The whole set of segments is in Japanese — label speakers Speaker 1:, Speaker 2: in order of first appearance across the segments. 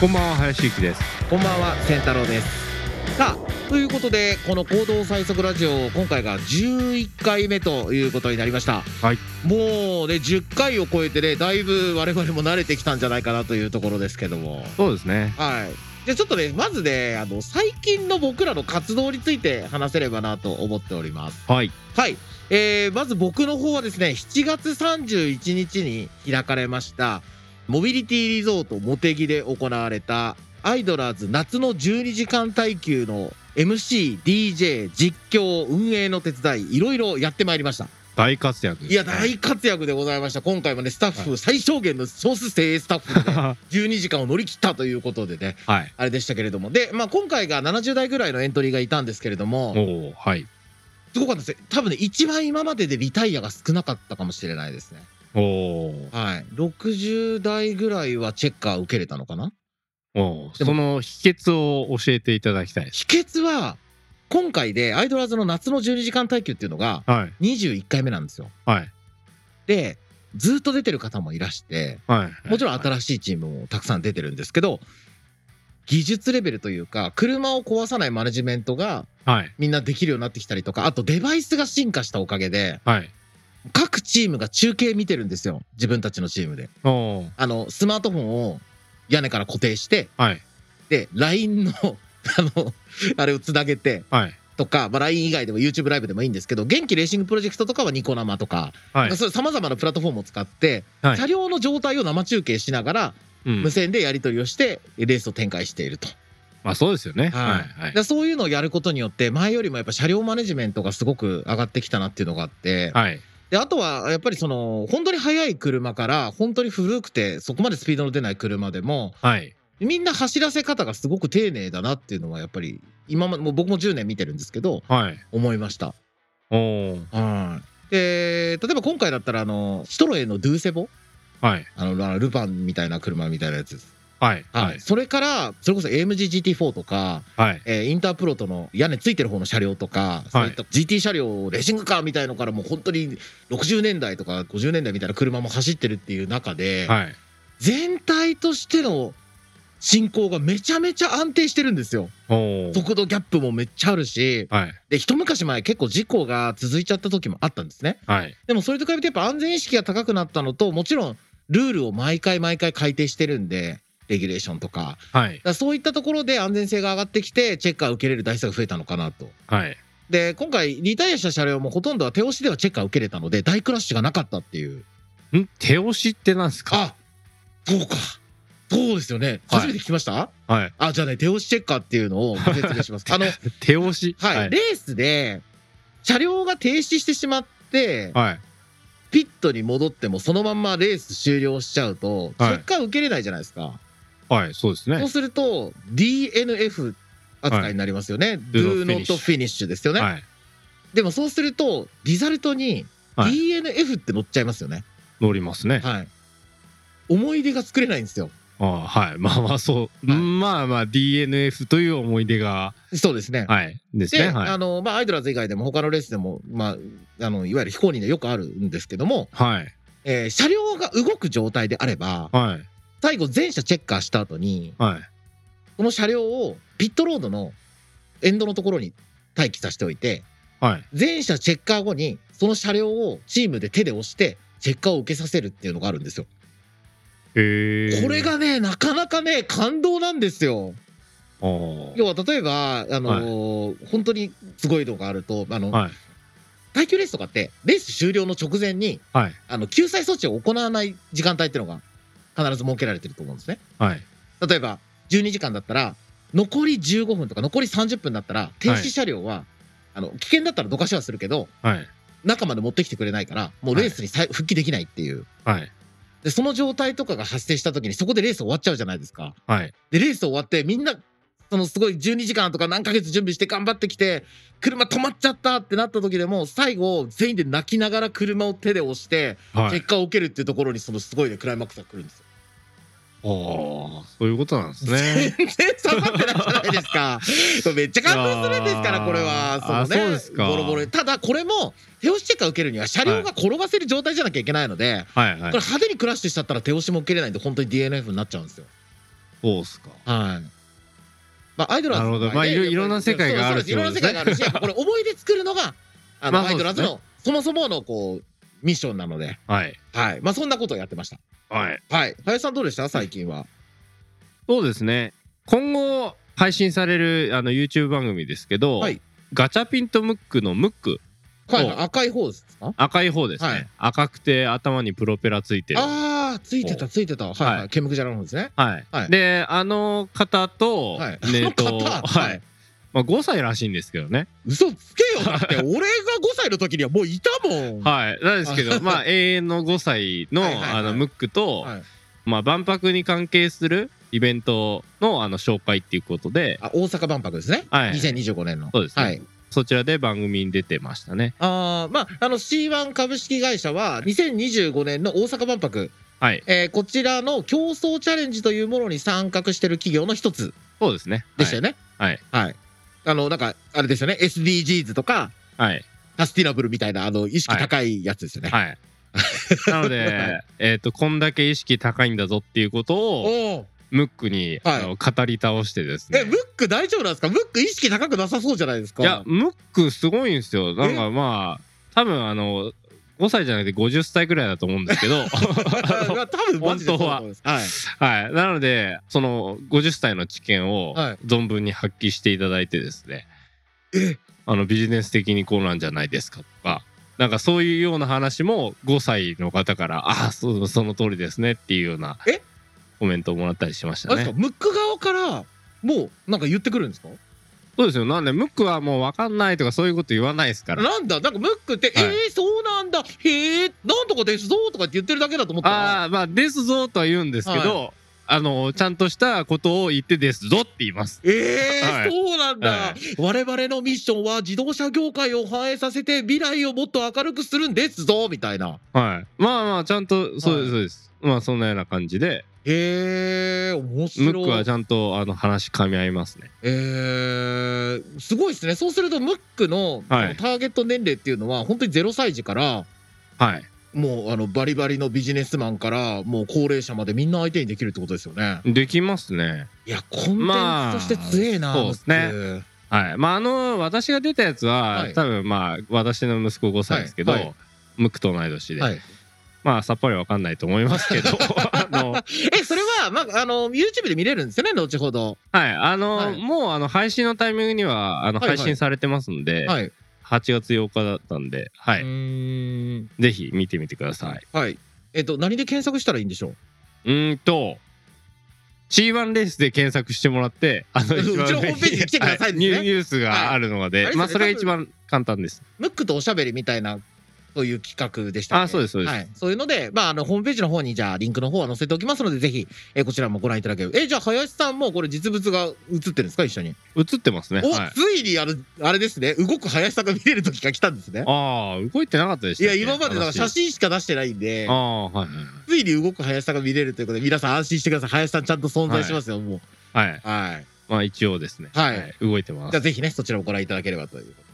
Speaker 1: こんばんは林幸です
Speaker 2: こんばんは、千太郎です。さあ、ということで、この行動最速ラジオ、今回が11回目ということになりました。
Speaker 1: はい
Speaker 2: もうね、10回を超えてね、だいぶ我々も慣れてきたんじゃないかなというところですけども。
Speaker 1: そうですね
Speaker 2: はい。じゃあちょっとね、まずね、あの、最近の僕らの活動について話せればなと思っております。
Speaker 1: はい
Speaker 2: はい。えー、まず僕の方はですね、7月31日に開かれました、モビリティリゾートモテギで行われた、アイドラーズ夏の12時間耐久の MC、DJ、実況、運営の手伝い、いろいろやってまいりました。
Speaker 1: 大活躍です
Speaker 2: いや、大活躍でございました。今回もね、スタッフ、最小限のソース生スタッ フで、ね、
Speaker 1: は
Speaker 2: 12時間を乗り切ったということでね、
Speaker 1: い
Speaker 2: あれでしたけれども。で、まあ、今回が70代ぐらいのエントリーがいたんですけれども、
Speaker 1: おおはい
Speaker 2: すごかったですね。多分ね、一番今まででリタイアが少なかったかもしれないですね。
Speaker 1: おお
Speaker 2: はい。60代ぐらいはチェッカー受けれたのかな
Speaker 1: おー
Speaker 2: でも
Speaker 1: その秘訣を教えていただきたいです
Speaker 2: 秘訣は、今回でアイドラーズの夏の12時間耐久っていうのが
Speaker 1: はい
Speaker 2: 21回目なんですよ。
Speaker 1: はい
Speaker 2: で、ずっと出てる方もいらして、
Speaker 1: はい
Speaker 2: もちろん新しいチームもたくさん出てるんですけど、技術レベルというか、車を壊さないマネジメントが
Speaker 1: はい
Speaker 2: みんなできるようになってきたりとか、あとデバイスが進化したおかげで、
Speaker 1: はい
Speaker 2: 各チームが中継見てるんですよ。自分たちのチームで。
Speaker 1: おおー
Speaker 2: あの、スマートフォンを屋根から固定して、
Speaker 1: はい
Speaker 2: で、LINE の、 あの、あれをつなげて
Speaker 1: はい
Speaker 2: とか、まあ、LINE 以外でも YouTube ライブでもいいんですけど、元気レーシングプロジェクトとかはニコ生とか、
Speaker 1: はい
Speaker 2: そういう様々なプラットフォームを使って、
Speaker 1: はい
Speaker 2: 車両の状態を生中継しながら、
Speaker 1: うん
Speaker 2: 無線でやり取りをして、レースを展開していると。
Speaker 1: まあそうですよね
Speaker 2: はい
Speaker 1: はい
Speaker 2: でそういうのをやることによって、前よりもやっぱ車両マネジメントがすごく上がってきたなっていうのがあって、
Speaker 1: はい
Speaker 2: であとはやっぱりその、本当に速い車から、本当に古くて、そこまでスピードの出ない車でも、
Speaker 1: はい
Speaker 2: みんな走らせ方がすごく丁寧だなっていうのはやっぱり今までもう僕も10年見てるんですけど
Speaker 1: はい
Speaker 2: 思いました。
Speaker 1: おお
Speaker 2: はいで例えば今回だったらあのシトロエンのドゥーセボ
Speaker 1: はい
Speaker 2: あのあのルパンみたいな車みたいなやつです、
Speaker 1: はい
Speaker 2: は、
Speaker 1: はいい
Speaker 2: それからそれこそ AMGGT4 とか、
Speaker 1: はい
Speaker 2: えーインタープロとの屋根ついてる方の車両とか、そういった GT 車両をレーシングカーみたいのからもう本当に60年代とか50年代みたいな車も走ってるっていう中で、
Speaker 1: はい
Speaker 2: 全体としての進行がめちゃめちゃ安定してるんですよ。
Speaker 1: おお
Speaker 2: 速度ギャップもめっちゃあるし、
Speaker 1: はい
Speaker 2: で、一昔前結構事故が続いちゃった時もあったんですね。
Speaker 1: はい
Speaker 2: でもそれと比べてやっぱ安全意識が高くなったのと、もちろんルールを毎回毎回改定してるんで、レギュレーションとか。だか
Speaker 1: はい
Speaker 2: らそういったところで安全性が上がってきて、チェッカー受けれる台数が増えたのかなと。
Speaker 1: はい
Speaker 2: で、今回リタイアした車両もほとんどは手押しではチェッカー受けれたので、大クラッシュがなかったっていう。
Speaker 1: ん手押しってなんですか
Speaker 2: あ、そうか。そうですよね。
Speaker 1: はい
Speaker 2: 初めて聞きました、
Speaker 1: はい
Speaker 2: あ、じゃあね、手押しチェッカーっていうのをご説明し ます。あの、
Speaker 1: 手押し
Speaker 2: はい、レースで車両が停止してしまって、
Speaker 1: はい
Speaker 2: ピットに戻ってもそのまんまレース終了しちゃうと、
Speaker 1: はい
Speaker 2: 結果受けれないじゃないですか。
Speaker 1: はいそうです
Speaker 2: そう
Speaker 1: ね
Speaker 2: すると DNF 扱いになりますよね。
Speaker 1: Do
Speaker 2: Do
Speaker 1: not
Speaker 2: not finish ですよね。
Speaker 1: はい
Speaker 2: でもそうするとリザルトに
Speaker 1: はい
Speaker 2: DNF って乗っちゃいますよね。
Speaker 1: 乗りますね
Speaker 2: はい。思い出が作れないんですよ。
Speaker 1: ああはい まあまあそうまあまあ DNF という思い出が
Speaker 2: そうですね。
Speaker 1: はいです
Speaker 2: で、
Speaker 1: ねは
Speaker 2: あ
Speaker 1: い
Speaker 2: の、まあ、アイドラーズ以外でも他のレースでも、まあ、あの、いわゆる非公認でよくあるんですけども、
Speaker 1: はい
Speaker 2: えー車両が動く状態であれば、
Speaker 1: はい
Speaker 2: 最後全車チェッカーした後に
Speaker 1: はい
Speaker 2: この車両をピットロードのエンドのところに待機させておいて
Speaker 1: はい
Speaker 2: 全車チェッカー後にその車両をチームで手で押してチェッカーを受けさせるっていうのがあるんですよ。
Speaker 1: へえ
Speaker 2: これがねなかなかね感動なんですよ。
Speaker 1: ああ
Speaker 2: 要は例えばあのー本当にすごいのがあるとあの、
Speaker 1: はい
Speaker 2: 耐久レースとかってレース終了の直前に
Speaker 1: はい
Speaker 2: あの救済措置を行わない時間帯っていうのが必ず設けられてると思うんですね。
Speaker 1: はい
Speaker 2: 例えば12時間だったら残り15分とか残り30分だったら停止車両は、あの危険だったらどかしはするけど
Speaker 1: はい
Speaker 2: 中まで持ってきてくれないからもうレースに再復帰できないっていう、
Speaker 1: はい
Speaker 2: でその状態とかが発生した時にそこでレース終わっちゃうじゃないですか
Speaker 1: はい
Speaker 2: でレース終わってみんなそのすごい12時間とか何ヶ月準備して頑張ってきて車止まっちゃったってなった時でも最後全員で泣きながら車を手で押して
Speaker 1: はい
Speaker 2: 結果を受けるっていうところにそのすごいねクライマックスが来るんですよ。
Speaker 1: ああそういうことなんです ね
Speaker 2: 全然刺さってないじゃないですか。これめっちゃ感動するんですから、
Speaker 1: あー
Speaker 2: これは。
Speaker 1: あそうですか
Speaker 2: ボロボロにただ、これも、手押しチェッカー受けるには、車両が転がせる状態じゃなきゃいけないので、
Speaker 1: はいはい
Speaker 2: これ派手にクラッシュしちゃったら手押しも受けれないんで、本当に DNF になっちゃうんですよ。
Speaker 1: そうっすか。
Speaker 2: はい。まあ、アイドラーズの場合ね
Speaker 1: なるほどまあいろいろんな世界があるって
Speaker 2: そ
Speaker 1: こ
Speaker 2: うそう
Speaker 1: とですすね
Speaker 2: でいろんな世界があるし、やっぱこれ思い出作るのが、あの、
Speaker 1: まあ
Speaker 2: アイドラーズ
Speaker 1: そ
Speaker 2: の、そもそもの、こう、ミッションなので、
Speaker 1: はい。
Speaker 2: はい。まあ、そんなことをやってました。
Speaker 1: はい。
Speaker 2: はい。林さんどうでした最近は。
Speaker 1: そうですね。今後、配信されるあの YouTube 番組ですけど、
Speaker 2: はい
Speaker 1: ガチャピンとムックのムック、
Speaker 2: は
Speaker 1: そう
Speaker 2: い。赤い方ですか
Speaker 1: 赤い方ですね。
Speaker 2: はい
Speaker 1: 赤くて頭にプロペラついてる。
Speaker 2: ああ、ついてた、ついてた。はいは。
Speaker 1: はいい
Speaker 2: ケムクジャラの方ですね。
Speaker 1: はい、
Speaker 2: はい
Speaker 1: で、あの方と、
Speaker 2: はい。
Speaker 1: ね えと
Speaker 2: あの方
Speaker 1: はい。。まあ、5歳らしいんですけどね。
Speaker 2: 嘘つけよ だって俺が5歳の時にはもういたもん
Speaker 1: はい、なんですけど、まあ、永遠の5歳の
Speaker 2: はいはいはい
Speaker 1: あのムックと、
Speaker 2: はい
Speaker 1: まあ、万博に関係するイベントのあの紹介っていうことで、
Speaker 2: あ大阪万博ですね、
Speaker 1: はい
Speaker 2: 2025年の
Speaker 1: そうですね
Speaker 2: はい
Speaker 1: そちらで番組に出てましたね。
Speaker 2: あーまああの C1 株式会社は2025年の大阪万博、
Speaker 1: はい、
Speaker 2: えーこちらの競争チャレンジというものに参画してる企業の一つ
Speaker 1: そうですね。
Speaker 2: でしたよね
Speaker 1: はい
Speaker 2: はい、あのなんかあれですよね SDGs とか
Speaker 1: はい、
Speaker 2: サスティナブルみたいなあの意識高いやつですよね、
Speaker 1: はい。はいな ので、えっと、こんだけ意識高いんだぞっていうことを、
Speaker 2: おお
Speaker 1: ムックに、
Speaker 2: は
Speaker 1: あ
Speaker 2: い
Speaker 1: の語り倒してです
Speaker 2: え
Speaker 1: ね
Speaker 2: ムッ。ク大丈夫なんですかムック意識高くなさそうじゃないですか
Speaker 1: い や、ムックすごいんですよ。なんかまあ、多分あの、5歳じゃなくて50歳ぐらいだと思うんですけ ど、
Speaker 2: まあ多分マジでそうだと思いますはい
Speaker 1: はい、なのでその50歳の知見を
Speaker 2: はい
Speaker 1: 存分に発揮していただいてですね、
Speaker 2: え
Speaker 1: あのビジネス的にこうなんじゃないですかとかなんかそういうような話も5歳の方から「ああそその通りですね」っていうような
Speaker 2: え
Speaker 1: コメントをもらったりしまし
Speaker 2: あ
Speaker 1: た
Speaker 2: れです
Speaker 1: ね
Speaker 2: か。ムック側からもうなんか言ってくるんですか
Speaker 1: そうですよなんでムックはもう分かんないとかそういうこと言わないですから。
Speaker 2: なんだなんかムックって「
Speaker 1: はい
Speaker 2: えー、そうなんだへえなんとかですぞ」とかって言ってるだけだと思ったら
Speaker 1: ああまあ「ですぞ」とは言うんですけど、あのちゃんとしたことを言って「ですぞ」って言います。
Speaker 2: えー
Speaker 1: はい
Speaker 2: そうなんだ、
Speaker 1: は
Speaker 2: 我々のミッションは自動車業界を反映させて未来をもっと明るくするんですぞみたいな
Speaker 1: はい、まあまあちゃんとそうで
Speaker 2: はい
Speaker 1: すそうです、まあそんなような感じで
Speaker 2: へえ面
Speaker 1: ム
Speaker 2: 白い
Speaker 1: ックはちゃんとあの話噛み合いますね。
Speaker 2: えー、すごいですねそうするとムックのタ
Speaker 1: はい
Speaker 2: ーゲット年齢っていうのは本当に0歳児から
Speaker 1: はい。
Speaker 2: もうあのバリバリのビジネスマンからもう高齢者までみんな相手にできるってことですよね。
Speaker 1: できますね。
Speaker 2: いやコンテンツとして強えな、
Speaker 1: まあそうっすね
Speaker 2: 僕
Speaker 1: はい。まああの私が出たやつは、
Speaker 2: はい
Speaker 1: 多分まあ私の息子5歳ですけど、
Speaker 2: はいはい
Speaker 1: ムックと同い年で、
Speaker 2: はい、
Speaker 1: まあさっぱりわかんないと思いますけど、 あの
Speaker 2: えそれは、まあ、あの YouTube で見れるんですよね後ほど。
Speaker 1: はいあの、
Speaker 2: はい
Speaker 1: もうあの配信のタイミングにはあの
Speaker 2: はいはい
Speaker 1: 配信されてますので、
Speaker 2: はい、
Speaker 1: 8月8日だったんで、は
Speaker 2: う
Speaker 1: い。
Speaker 2: ーん
Speaker 1: ぜひ見てみてください。
Speaker 2: はいえっと何で検索したらいいんでしょ
Speaker 1: う
Speaker 2: う
Speaker 1: ーんと。C1 レースで検索してもらって、あの、
Speaker 2: うちの
Speaker 1: 一番上
Speaker 2: ホームページに来てくださいですね
Speaker 1: はニューニュースがあるので、
Speaker 2: はい
Speaker 1: ま
Speaker 2: あ
Speaker 1: あそ
Speaker 2: れですよね
Speaker 1: れが一番簡単です。
Speaker 2: ムックとおしゃべりみたいなそういう企画でしたっけ
Speaker 1: あそうですそうです
Speaker 2: はい、そういうので、まあ、あのホームページの方にじゃあリンクの方は載せておきますのでぜひ、えこちらもご覧いただけるえじゃあ林さんもこれ実物が映ってるんですか一緒に、
Speaker 1: 映ってますね。
Speaker 2: お、
Speaker 1: はい
Speaker 2: ついにあのあれですね動く林さんが見れる時が来たんですね
Speaker 1: ああ、動いてなかったでし
Speaker 2: い
Speaker 1: た
Speaker 2: や
Speaker 1: っけ
Speaker 2: 今までなんか写
Speaker 1: 私
Speaker 2: 真しか出してないんで
Speaker 1: ああ、はい
Speaker 2: ついに動く林さんが見れるということで皆さん安心してください林さんちゃんと存在しますよ、もう
Speaker 1: はい。はい。
Speaker 2: はい
Speaker 1: まあ一応ですね。
Speaker 2: はい
Speaker 1: 動いてま
Speaker 2: じゃ
Speaker 1: す
Speaker 2: あ。ぜひねそちらをご覧いただければということで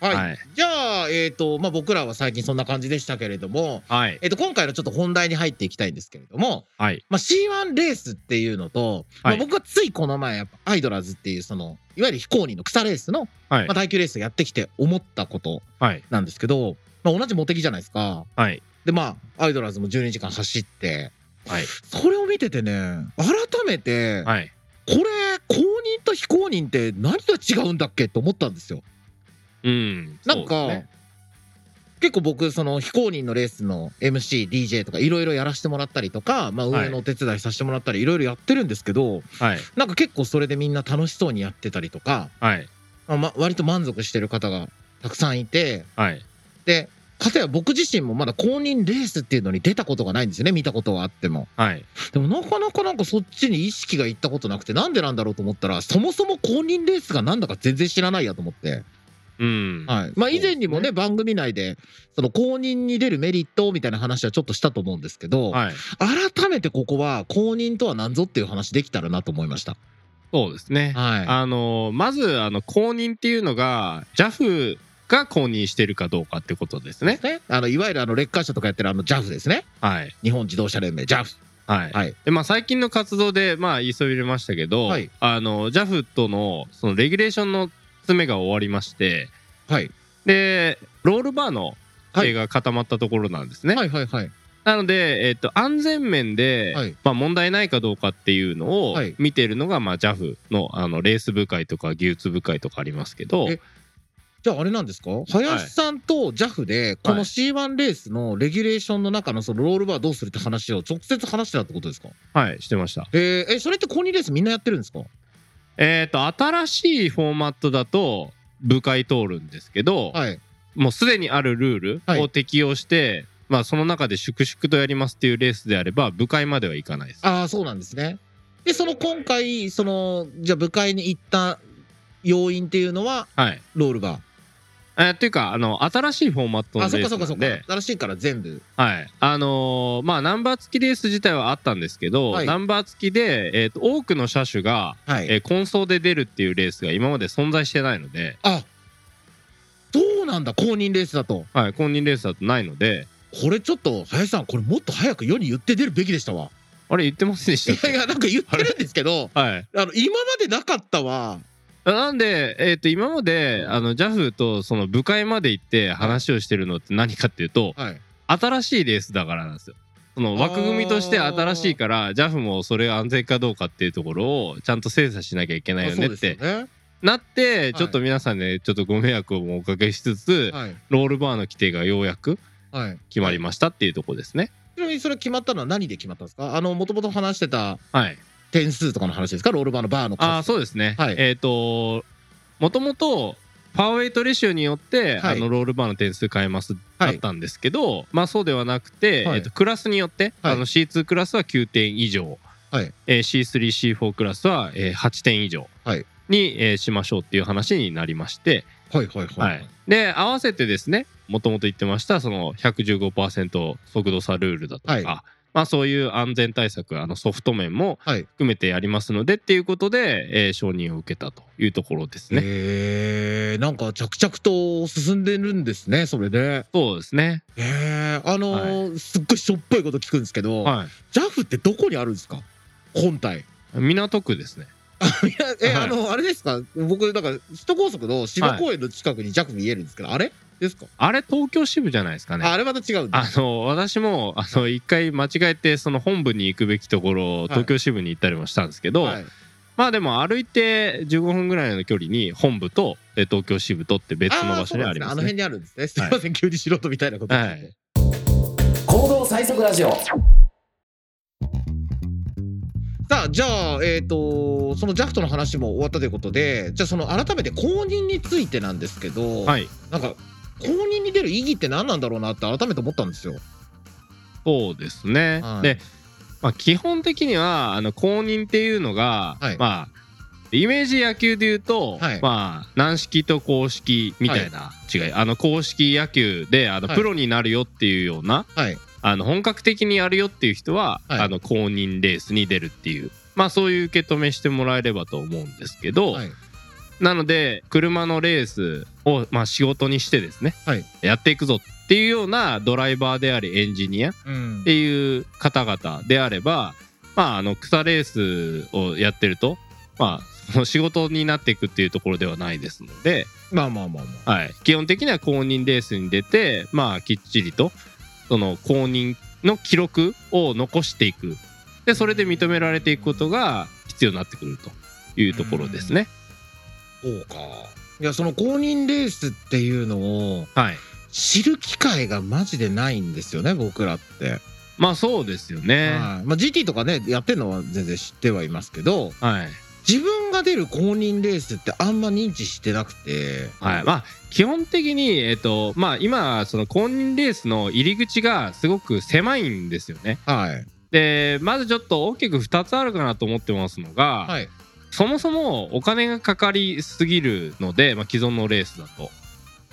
Speaker 2: はい、
Speaker 1: はい。
Speaker 2: じゃあえっ、とまあ僕らは最近そんな感じでしたけれども
Speaker 1: はい。
Speaker 2: えっ、と今回のちょっと本題に入っていきたいんですけれども、
Speaker 1: はい。
Speaker 2: まあ、C1 レースっていうのと、
Speaker 1: はい
Speaker 2: まあ、僕はついこの前やっぱアイドラーズっていうそのいわゆる非公認の草レースの、
Speaker 1: は
Speaker 2: まあ、
Speaker 1: い。
Speaker 2: 耐久レースやってきて思ったこと
Speaker 1: はい。
Speaker 2: なんですけど、まあ、同じ茂木じゃないですか
Speaker 1: はい。
Speaker 2: でまあアイドラーズも12時間走って
Speaker 1: はい。
Speaker 2: それを見ててね改めて、
Speaker 1: はい。
Speaker 2: これ公認と非公認って何が違うんだっけと思ったんですよ。
Speaker 1: うん。
Speaker 2: なんか、
Speaker 1: そうですね
Speaker 2: 結構僕その非公認のレースの MCDJ とかいろいろやらせてもらったりとか、まあ、運営のお手伝いさせてもらったりいろいろやってるんですけど、
Speaker 1: はい。
Speaker 2: なんか結構それでみんな楽しそうにやってたりとか、
Speaker 1: はい。
Speaker 2: まあま割と満足してる方がたくさんいて
Speaker 1: はい。
Speaker 2: でかたや僕自身もまだ公認レースっていうのに出たことがないんですよね見たことはあっても。
Speaker 1: はい。
Speaker 2: でもなかなかなんかそっちに意識がいったことなくてなんでなんだろうと思ったらそもそも公認レースがなんだか全然知らないやと思って、
Speaker 1: うん。
Speaker 2: はいまあ、以前にも
Speaker 1: そう
Speaker 2: ね番組内でその公認に出るメリットみたいな話はちょっとしたと思うんですけど、
Speaker 1: はい。
Speaker 2: 改めてここは公認とは何ぞっていう話できたらなと思いました。
Speaker 1: そうですね。
Speaker 2: はい
Speaker 1: あの、まず、あの、公認っていうのが、JAF が公認してるかどうかってことですね。
Speaker 2: ね、あのいわゆるあのレッカー車とかやってるあの JAF ですね
Speaker 1: はい。
Speaker 2: 日本自動車連盟 JAF
Speaker 1: はい
Speaker 2: はい。
Speaker 1: でまあ、最近の活動で、まあ、言いそびれましたけど、
Speaker 2: はい
Speaker 1: あの JAF とのそのレギュレーションの詰めが終わりまして
Speaker 2: はい。
Speaker 1: でロールバーの
Speaker 2: はい
Speaker 1: 規定が固まったところなんですね、
Speaker 2: はいはいはい。
Speaker 1: なので、えっと安全面で、
Speaker 2: はい
Speaker 1: まあ、問題ないかどうかっていうのを
Speaker 2: はい
Speaker 1: 見てるのが、まあ、JAF のあのレース部会とか技術部会とかありますけど
Speaker 2: えじゃああれなんですか林さんと JAF で、この
Speaker 1: はい
Speaker 2: C1 レースのレギュレーションの中のそのロールバーどうするって話を直接話してたってことですか
Speaker 1: はいしてました
Speaker 2: えー、え、それって公認レースみんなやってるんですか
Speaker 1: えっ、と新しいフォーマットだと部会通るんですけど、
Speaker 2: はい。
Speaker 1: もうすでにあるルー
Speaker 2: はい
Speaker 1: ルを適用して、まあその中で粛々とやりますっていうレースであれば部会まではいかないです。
Speaker 2: ああ、そうなんですね。で、その今回、その、じゃあ部会に行った要因っていうのは、
Speaker 1: はい。
Speaker 2: ロールバ
Speaker 1: えー、っていうかあの新しいフォーマット
Speaker 2: ー。
Speaker 1: の
Speaker 2: あ、そっ
Speaker 1: レー
Speaker 2: かそ
Speaker 1: ス
Speaker 2: っか
Speaker 1: な
Speaker 2: そっ
Speaker 1: ん
Speaker 2: か
Speaker 1: で。、
Speaker 2: 新しいから全部。
Speaker 1: はい。あのーまあナンバー付きレース自体はあったんですけど、
Speaker 2: はい
Speaker 1: ナンバー付きでえっ、と多くの車種が、
Speaker 2: はい。
Speaker 1: えー、混走で出るっていうレースが今まで存在してないので、
Speaker 2: あそうなんだ、公認レースだと。
Speaker 1: はい。公認レースだとないので、
Speaker 2: これちょっと、林さん、これもっと早く世に言って出るべきでしたわ。
Speaker 1: あれ言ってませんで
Speaker 2: い
Speaker 1: したっけ
Speaker 2: やいや、なんか言ってるんですけど、
Speaker 1: はい。
Speaker 2: あの今までなかったわ。
Speaker 1: なんで、えっと今まであの JAF とその部会まで行って話をしてるのって何かっていうと
Speaker 2: はい。
Speaker 1: 新しいレースだからなんですよ。その枠組みとして新しいから JAF もそれが安全かどうかっていうところをちゃんと精査しなきゃいけないよ
Speaker 2: あそ
Speaker 1: ね
Speaker 2: う
Speaker 1: っ
Speaker 2: ですよ
Speaker 1: て
Speaker 2: ね。
Speaker 1: なってちょっと皆さんねちょっとご迷惑をおかけしつつ
Speaker 2: はい。
Speaker 1: ロールバーの規定がようやく
Speaker 2: はい。
Speaker 1: 決まりましたっていうところですね。
Speaker 2: ちなみにそれ決まったのは何で決まったんですかあの、もともと話してた
Speaker 1: はい、
Speaker 2: 点数とかの話ですかロールバーのバーの数。
Speaker 1: あーそうですね。
Speaker 2: はい
Speaker 1: えっ、ともともとパワーウェイトレシオによって、
Speaker 2: はい
Speaker 1: あのロールバーの点数変えます
Speaker 2: は
Speaker 1: だ
Speaker 2: い
Speaker 1: ったんですけど、まあそうではなくて、
Speaker 2: はい
Speaker 1: えっとクラスによって、
Speaker 2: はい
Speaker 1: あの C2 クラスは9点以上、
Speaker 2: はい
Speaker 1: えー C3C4 クラスは、えー8点以上
Speaker 2: はい
Speaker 1: に、えーしましょうっていう話になりまして、
Speaker 2: はいはいはい。
Speaker 1: はいで合わせてですねもともと言ってましたその115%速度差ルールだとか、
Speaker 2: はい
Speaker 1: まあ、そういう安全対策あのソフト面も
Speaker 2: はい
Speaker 1: 含めてやりますのでっていうことで、えー承認を受けたというところですね。
Speaker 2: えー、なんか着々と進んでるんですね、それで。
Speaker 1: そうですね、
Speaker 2: えー、あのーすっごいしょっぱいこと聞くんですけど、
Speaker 1: は
Speaker 2: JAF ってどこにあるんですか本体。
Speaker 1: い、港区ですね
Speaker 2: いや、え、
Speaker 1: はい
Speaker 2: あの、あれですか僕、だから、首都高速の芝公園の近くに JAF 見えるんですけど、あれですか、
Speaker 1: あれ東京支部じゃないですかね
Speaker 2: ああれまた違うんだ。
Speaker 1: あの私もあの一回間違えてその本部に行くべきところ東京支部に行ったりもしたんですけど、
Speaker 2: はい
Speaker 1: まあでも歩いて15分ぐらいの距離に本部とえ東京支部とって別の場所にありま
Speaker 2: あー
Speaker 1: す
Speaker 2: そうなんですねあの
Speaker 1: ね。
Speaker 2: 辺にあるんですね。すいません、急に素人みたいなこと聞いて、
Speaker 1: はい
Speaker 3: 行動最速ラジオ
Speaker 2: さあ、じゃあ、えっ、と、その JAF との話も終わったということで、じゃあ、その改めて公認についてなんですけど、
Speaker 1: はい、
Speaker 2: なんか、公認に出る意義って何なんだろうなって改めて思ったんですよ。
Speaker 1: そうですね、
Speaker 2: はい
Speaker 1: で、まあ、基本的にはあの公認っていうのが、
Speaker 2: はい
Speaker 1: まあイメージ野球で言うと、
Speaker 2: はい
Speaker 1: まあ軟式と公式みたいな違い、あの公式野球であの
Speaker 2: はい
Speaker 1: プロになるよっていうような、
Speaker 2: はい。
Speaker 1: あの本格的にやるよっていう人は、
Speaker 2: はい
Speaker 1: あの公認レースに出るっていうまあそういう受け止めしてもらえればと思うんですけど、
Speaker 2: はい。
Speaker 1: なので車のレースを、まあ、仕事にしてですね、
Speaker 2: はい
Speaker 1: やっていくぞっていうようなドライバーでありエンジニアっ
Speaker 2: うん
Speaker 1: ていう方々であればまああの草レースをやってるとまあその仕事になっていくっていうところではないですので、
Speaker 2: まあまあまあま
Speaker 1: はい、基本的には公認レースに出てまあきっちりとその公認の記録を残していくでそれで認められていくことが必要になってくるというところですね。
Speaker 2: あ。そうか。いや、その公認レースっていうのを
Speaker 1: はい、
Speaker 2: 知る機会がマジでないんですよね、僕らって。
Speaker 1: まあそうですよね。
Speaker 2: はい。まあ、GT とかね、やってるのは全然知ってはいますけど、
Speaker 1: はい、
Speaker 2: 自分が出る公認レースってあんま認知してなくて。
Speaker 1: はい、まあ基本的に、えっとまあ、今その公認レースの入り口がすごく狭いんですよね。
Speaker 2: はい。
Speaker 1: でまずちょっと大きく2つあるかなと思ってますのが、
Speaker 2: はい。
Speaker 1: そもそもお金がかかりすぎるので、まあ、既存のレースだと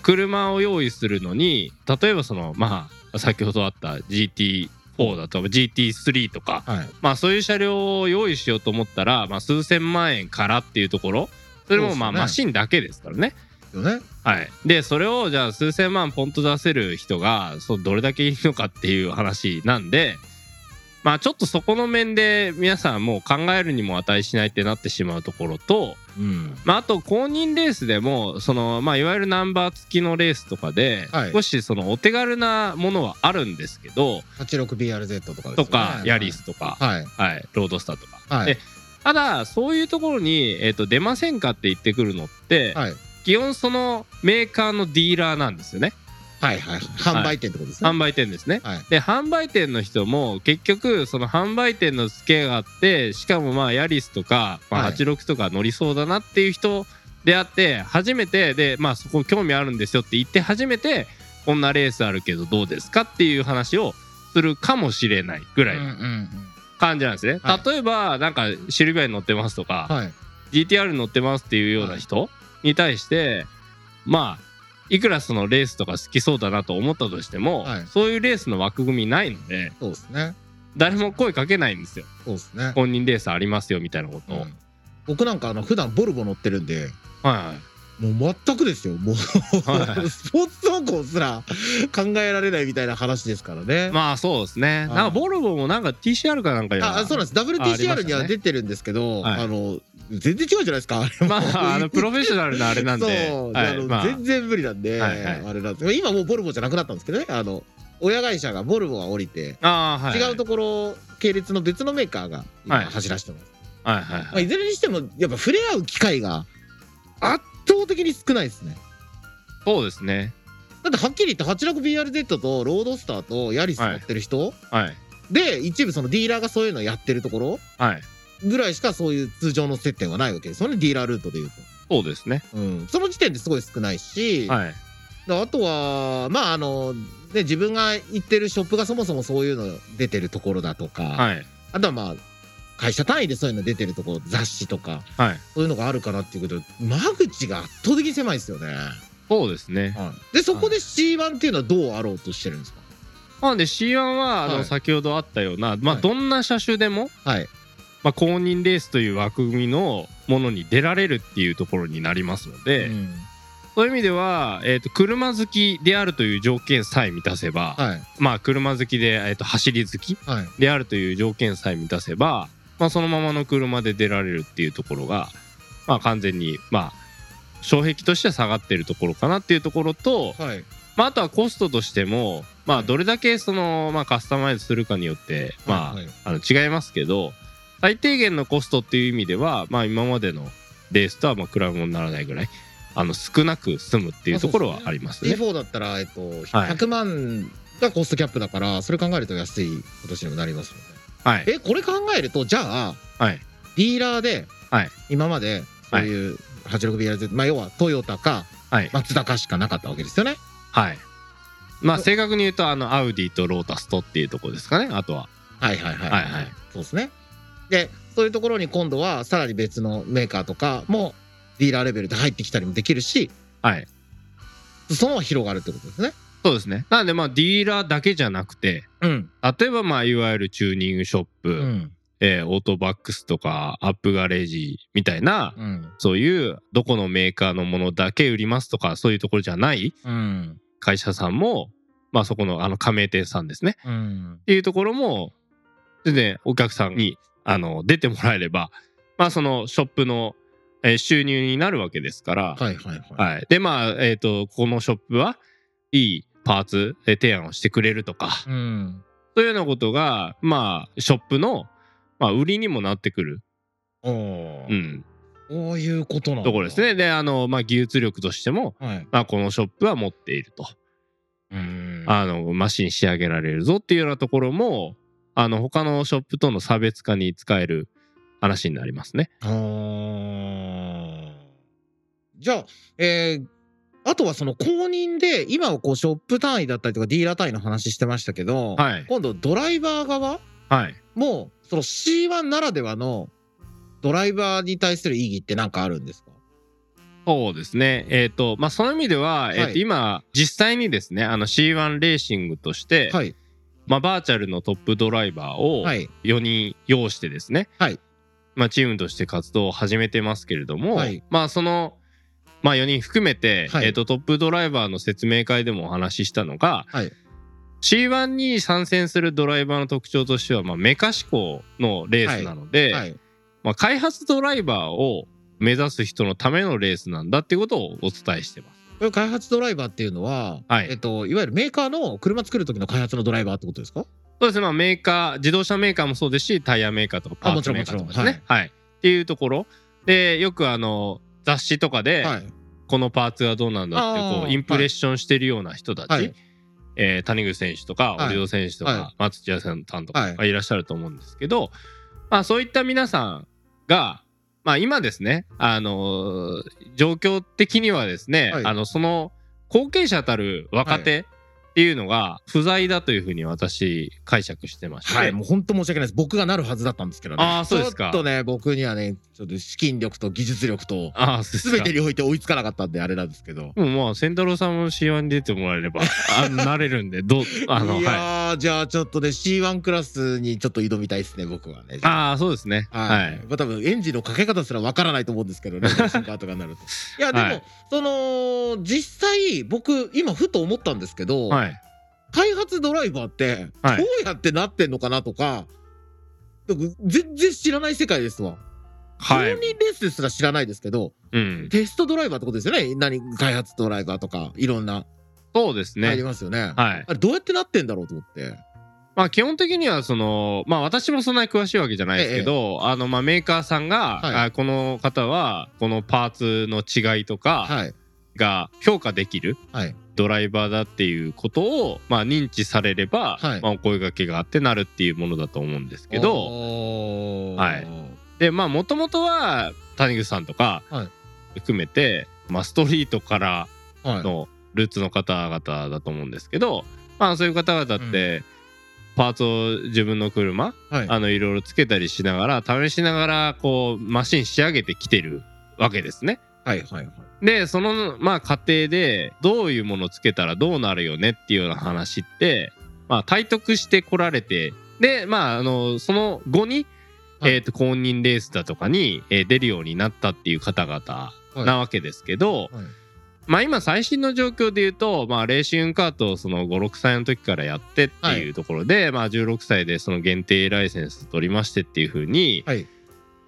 Speaker 1: 車を用意するのに例えばそのまあ先ほどあった GT4 だと GT3 とか、
Speaker 2: はい。
Speaker 1: まあ、そういう車両を用意しようと思ったら、まあ、数千万円からっていうところそれ
Speaker 2: そう
Speaker 1: も
Speaker 2: ですね
Speaker 1: まあマシンだけですからね。
Speaker 2: よね。
Speaker 1: はい、でそれをじゃあ数千万ポンと出せる人がそうどれだけいるのかっていう話なんでまあちょっとそこの面で皆さんもう考えるにも値しないってなってしまうところと、
Speaker 2: うん。
Speaker 1: まあ、あと公認レースでもその、まあ、いわゆるナンバー付きのレースとかで、
Speaker 2: はい
Speaker 1: 少しそのお手軽なものはあるんですけど
Speaker 2: 86BRZ とかですよね
Speaker 1: とか、ヤリ。スとか、
Speaker 2: はい。
Speaker 1: はい、ロードスターとか。
Speaker 2: は
Speaker 1: で
Speaker 2: い。
Speaker 1: ただそういうところに、えっと出ませんかって言ってくるのって、
Speaker 2: はい。
Speaker 1: 基本そのメーカーのディーラーなんですよね
Speaker 2: はい。はい。販売店ってことですね。
Speaker 1: 販売店ですね。
Speaker 2: はい。
Speaker 1: で販売店の人も結局その販売店の付けがあってしかもまあヤリスとか、ま
Speaker 2: は
Speaker 1: あ、
Speaker 2: い
Speaker 1: 86とか乗りそうだなっていう人であって初めてでまあそこ興味あるんですよって言って初めてこんなレースあるけどどうですかっていう話をするかもしれないぐらい
Speaker 2: うんう
Speaker 1: なん
Speaker 2: うん
Speaker 1: 感じなんですね。
Speaker 2: はい
Speaker 1: 例えばなんかシルビアに乗ってますとか、
Speaker 2: はい。
Speaker 1: GTR 乗ってますっていうような人に対してまあいくらそのレースとか好きそうだなと思ったとしても、
Speaker 2: はい
Speaker 1: そういうレースの枠組みないので
Speaker 2: そうですね。
Speaker 1: 誰も声かけないんですよ
Speaker 2: そうですね。
Speaker 1: 本人レースありますよみたいなことを、
Speaker 2: うん僕なんかあの普段ボルボ乗ってるんで、
Speaker 1: は
Speaker 2: もう全くですよ。もうスポ
Speaker 1: はい
Speaker 2: ーツ走行すら考えられないみたいな話ですからね
Speaker 1: い。まあそうですね、
Speaker 2: はい
Speaker 1: なんかボルボもなんか TCR かなんかや
Speaker 2: あそうなんです
Speaker 1: あありました
Speaker 2: WTCR
Speaker 1: ね
Speaker 2: には出てるんですけど、
Speaker 1: はい
Speaker 2: あの全然違うじゃないですかあれ
Speaker 1: ま ああのプロフェッショナルなあれなんで
Speaker 2: そう、
Speaker 1: は
Speaker 2: あ
Speaker 1: い
Speaker 2: の
Speaker 1: まあ
Speaker 2: 全然無理なんで、
Speaker 1: はいはい
Speaker 2: あれなんです今もうボルボじゃなくなったんですけどねあの親会社がボルボが降りて、
Speaker 1: あーはい
Speaker 2: 違うところ系列の別のメーカーが今
Speaker 1: はい
Speaker 2: 走らせてます、
Speaker 1: はいはい
Speaker 2: まあ、
Speaker 1: はい
Speaker 2: いずれにしてもやっぱ触れ合う機会が圧倒的に少ないですね
Speaker 1: そうですね
Speaker 2: だってはっきり言って 86BRZ とロードスターとヤリス乗ってる人、
Speaker 1: はい
Speaker 2: で一部そのディーラーがそういうのやってるところ
Speaker 1: はい
Speaker 2: ぐらいしかそういう通常の接点はないわけですよねディーラールートでいうと。
Speaker 1: そうですね
Speaker 2: うん、その時点ですごい少ないし、
Speaker 1: はい
Speaker 2: であとはまああの、ね、自分が行ってるショップがそもそもそういうの出てるところだとか、
Speaker 1: はい
Speaker 2: あとはまあ会社単位でそういうの出てるところ雑誌とか
Speaker 1: はい
Speaker 2: そういうのがあるからっていうことで間口が圧倒的に狭いですよね。
Speaker 1: そうですね
Speaker 2: でそこで C1 っていうのはどうあろうとしてるんですか
Speaker 1: なので C1 はあ
Speaker 2: は
Speaker 1: の
Speaker 2: い
Speaker 1: 先ほどあったような、まあ、
Speaker 2: はい
Speaker 1: どんな車種でも、
Speaker 2: はい
Speaker 1: まあ、公認レースという枠組みのものに出られるっていうところになりますので、
Speaker 2: うん
Speaker 1: そういう意味では、えー、と車好きであるという条件さえ満たせば、
Speaker 2: はい
Speaker 1: まあ、車好きで、えー、と走り好き
Speaker 2: はい
Speaker 1: であるという条件さえ満たせば、まあ、そのままの車で出られるっていうところが、まあ、完全に、まあ、障壁としては下がってるところかなっていうところと、
Speaker 2: はい
Speaker 1: まあ、あとはコストとしても、まあ、どれだけその、まあ、カスタマイズするかによって、まあ
Speaker 2: はいはい
Speaker 1: あの違いますけど最低限のコストっていう意味では、まあ、今までのレースとはまあ比べ物にならないぐらいあの少なく済むっていうところはありますね。
Speaker 2: T4 だったら、えっと、
Speaker 1: はい
Speaker 2: 100万がコストキャップだから、それ考えると安いことにもなりますよね。
Speaker 1: はい、
Speaker 2: え、これ考えると、じゃあ、
Speaker 1: はい
Speaker 2: ディーラーで、
Speaker 1: はい
Speaker 2: 今まで、そういう 86BRZ、まあ、要はトヨタか、
Speaker 1: はい
Speaker 2: マツダかしかなかったわけですよね。
Speaker 1: はいまあ、正確に言うとあのアウディとロータスとっていうところですかねあとは。
Speaker 2: はいはいはい。
Speaker 1: はいはい
Speaker 2: そうですね。で、そういうところに今度は、さらに別のメーカーとかも、ディーラーレベルで入ってきたりもできるし、
Speaker 1: はい、
Speaker 2: そのまま広がるってことですね。
Speaker 1: そうですねなのでまあディーラーだけじゃなくて
Speaker 2: うん。
Speaker 1: 例えばまあいわゆるチューニングショップ、
Speaker 2: うん。
Speaker 1: えーオートバックスとかアップガレージみたいな
Speaker 2: うん。
Speaker 1: そういうどこのメーカーのものだけ売りますとかそういうところじゃない
Speaker 2: うん。
Speaker 1: 会社さんも、まあ、そこのあの加盟店さんですね
Speaker 2: うん
Speaker 1: っ。ていうところも全然お客さんにあの出てもらえれば、まあ、そのショップの、えー収入になるわけですから、
Speaker 2: はいはいはい。
Speaker 1: はいでまあ、えー、とこのショップはいいパーツえー提案をしてくれるとか、
Speaker 2: うん。
Speaker 1: そういうようなことがまあショップの、まあ、売りにもなってくる、
Speaker 2: お
Speaker 1: う
Speaker 2: ー
Speaker 1: ん、
Speaker 2: こういうことなんだ
Speaker 1: ところです。ね。であの、まあ、技術力としても、
Speaker 2: はい。
Speaker 1: まあ、このショップは持っていると。
Speaker 2: うん
Speaker 1: あのマシン仕上げられるぞっていうようなところもあの他のショップとの差別化に使える話になりますね。
Speaker 2: あーじゃあ、えーあとはその公認で、今はこうショップ単位だったりとかディーラー単位の話してましたけど、
Speaker 1: はい
Speaker 2: 今度ドライバー側
Speaker 1: はい。
Speaker 2: も、その C1 ならではのドライバーに対する意義って何かあるんですか
Speaker 1: そうですね。えっ、とまあその意味では、
Speaker 2: い
Speaker 1: えーと今実際にですねあの C1 レーシングとして、
Speaker 2: はい。
Speaker 1: まあ、バーチャルのトップドライバーを
Speaker 2: はい。
Speaker 1: 4人要してですね、
Speaker 2: はい
Speaker 1: まあ、チームとして活動を始めてますけれども、
Speaker 2: はい
Speaker 1: まあその、まあ、4人含めて、
Speaker 2: はい
Speaker 1: えー、とトップドライバーの説明会でもお話ししたのが、
Speaker 2: はい
Speaker 1: C1 に参戦するドライバーの特徴としては、まあ、メカ志向のレースなので、
Speaker 2: はい、
Speaker 1: まあ、開発ドライバーを目指す人のためのレースなんだってことをお伝えしてます。
Speaker 2: これ開発ドライバーっていうのは、
Speaker 1: はい
Speaker 2: えっと、いわゆるメーカーの車作る時の開発のドライバーってことですか
Speaker 1: そうですね、まあ、メーカー自動車メーカーもそうですしタイヤメーカーとかパーツメーカーとかです
Speaker 2: あもち
Speaker 1: ね。はいっていうところでよくあの雑誌とかで、
Speaker 2: はい。
Speaker 1: このパーツがどうなんだって
Speaker 2: あー
Speaker 1: こうインプレッションしてるような人たち、
Speaker 2: はい
Speaker 1: えー谷口選手とか
Speaker 2: はい
Speaker 1: 織戸選手とか、
Speaker 2: は
Speaker 1: 松千谷さんと
Speaker 2: は
Speaker 1: か
Speaker 2: い
Speaker 1: がいらっしゃると思うんですけど、まあ、そういった皆さんが、まあ、今ですね、あのー状況的にはですね、
Speaker 2: はい
Speaker 1: あのその後継者たる若手っていうのが不在だというふうに私解釈してまして、
Speaker 2: はい、もう本当申し訳ないです。僕がなるはずだったんですけどね。
Speaker 1: あーそうですか
Speaker 2: ちょっとね、僕にはね、ちょっと資金力と技術力と、
Speaker 1: ああそうです
Speaker 2: すべ
Speaker 1: か
Speaker 2: てにおいて追いつかなかったんで、あれなんですけど。
Speaker 1: でもまあ仙太郎さんも C1 に出てもらえればあなれるんでどうあの
Speaker 2: いや
Speaker 1: はい
Speaker 2: ー、じゃあちょっとね、C1 クラスにちょっと挑みたいですね、僕はね。
Speaker 1: ああそうですね
Speaker 2: は
Speaker 1: はい
Speaker 2: い、まあ、多分エンジンのかけ方すらわからないと思うんです けどね、シンカーとかになると。いや、でも、
Speaker 1: はい
Speaker 2: その、実際、僕、今、ふと思ったんですけど、
Speaker 1: はい。
Speaker 2: 開発ドライバーって、
Speaker 1: はい
Speaker 2: どうやってなってんのかなとか、僕全然知らない世界ですわ。
Speaker 1: は
Speaker 2: 公
Speaker 1: い。
Speaker 2: 認レースですら知らないですけど、
Speaker 1: うん。
Speaker 2: テストドライバーってことですよね、何開発ドライバーとか、いろんな、
Speaker 1: そうです
Speaker 2: 入り
Speaker 1: ね。
Speaker 2: ますよね。
Speaker 1: はい。
Speaker 2: あれどうやってなってんだろうと思って。
Speaker 1: まあ基本的にはそのまあ私もそんなに詳しいわけじゃないですけど、あのまあメーカーさんが、
Speaker 2: はい
Speaker 1: あこの方はこのパーツの違いとか
Speaker 2: はい。
Speaker 1: が評価できる
Speaker 2: はい。
Speaker 1: ドライバーだっていうことをまあ認知されれば、
Speaker 2: はい
Speaker 1: まあお声掛けがあってなるっていうものだと思うんですけど、
Speaker 2: おー
Speaker 1: はいでまあもともとは谷口さんとか
Speaker 2: はい
Speaker 1: 含めて、まあストリートから
Speaker 2: はい。
Speaker 1: のルーツの方々だと思うんですけど、まあ、そういう方々ってパーツを自分の車、
Speaker 2: はい
Speaker 1: あのいろいろつけたりしながら試しながらこうマシン仕上げてきてるわけですね。
Speaker 2: はい。はい。
Speaker 1: でそのまあ過程でどういうものつけたらどうなるよねっていうような話って、まあ、体得してこられてでまああのその後に、
Speaker 2: はい
Speaker 1: えーと公認レースだとかに、えー出るようになったっていう方々なわけですけど、
Speaker 2: はい
Speaker 1: まあ今最新の状況で言うと、まあ、レーシングカートをその56歳の時からやってっていうところで、まあ16歳でその限定ライセンス取りましてっていう風に、
Speaker 2: はい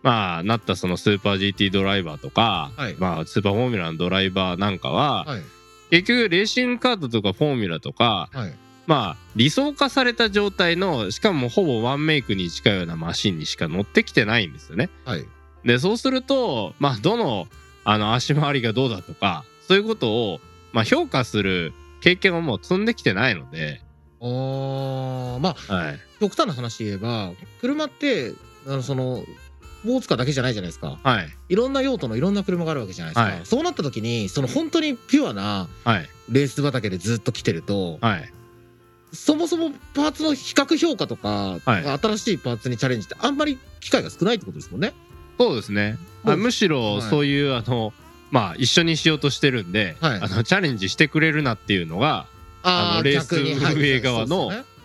Speaker 1: まあなったそのスーパー GT ドライバーとか、
Speaker 2: はい
Speaker 1: まあスーパーフォーミュラのドライバーなんかは、
Speaker 2: はい。
Speaker 1: 結局レーシングカートとかフォーミュラとか
Speaker 2: はい。
Speaker 1: まあ理想化された状態のしかもほぼワンメイクに近いようなマシンにしか乗ってきてないんですよね。
Speaker 2: はい。
Speaker 1: でそうするとまあどのあの足回りがどうだとかそういうことを、まあ、評価する経験をもう積んできてないので、
Speaker 2: ああ、まあ、
Speaker 1: はい、
Speaker 2: 極端な話言えば、車って、あのその、スポーツカーだけじゃないじゃないですか。
Speaker 1: はい
Speaker 2: いろんな用途のいろんな車があるわけじゃないですか。
Speaker 1: はい
Speaker 2: そうなった時に、その本当にピュアな
Speaker 1: はい
Speaker 2: レース畑でずっと来てると、
Speaker 1: はい
Speaker 2: そもそもパーツの比較評価とか、
Speaker 1: はい
Speaker 2: 新しいパーツにチャレンジってあんまり機会が少ないってことですもんね。
Speaker 1: そうですね、
Speaker 2: もう
Speaker 1: あむし
Speaker 2: はい
Speaker 1: ろそういう、あのまあ一緒にしようとしてるんで、
Speaker 2: はい
Speaker 1: あのチャレンジしてくれるなっていうのがあの
Speaker 2: ー
Speaker 1: レース
Speaker 2: 逆に
Speaker 1: 運営側の
Speaker 2: はいそうです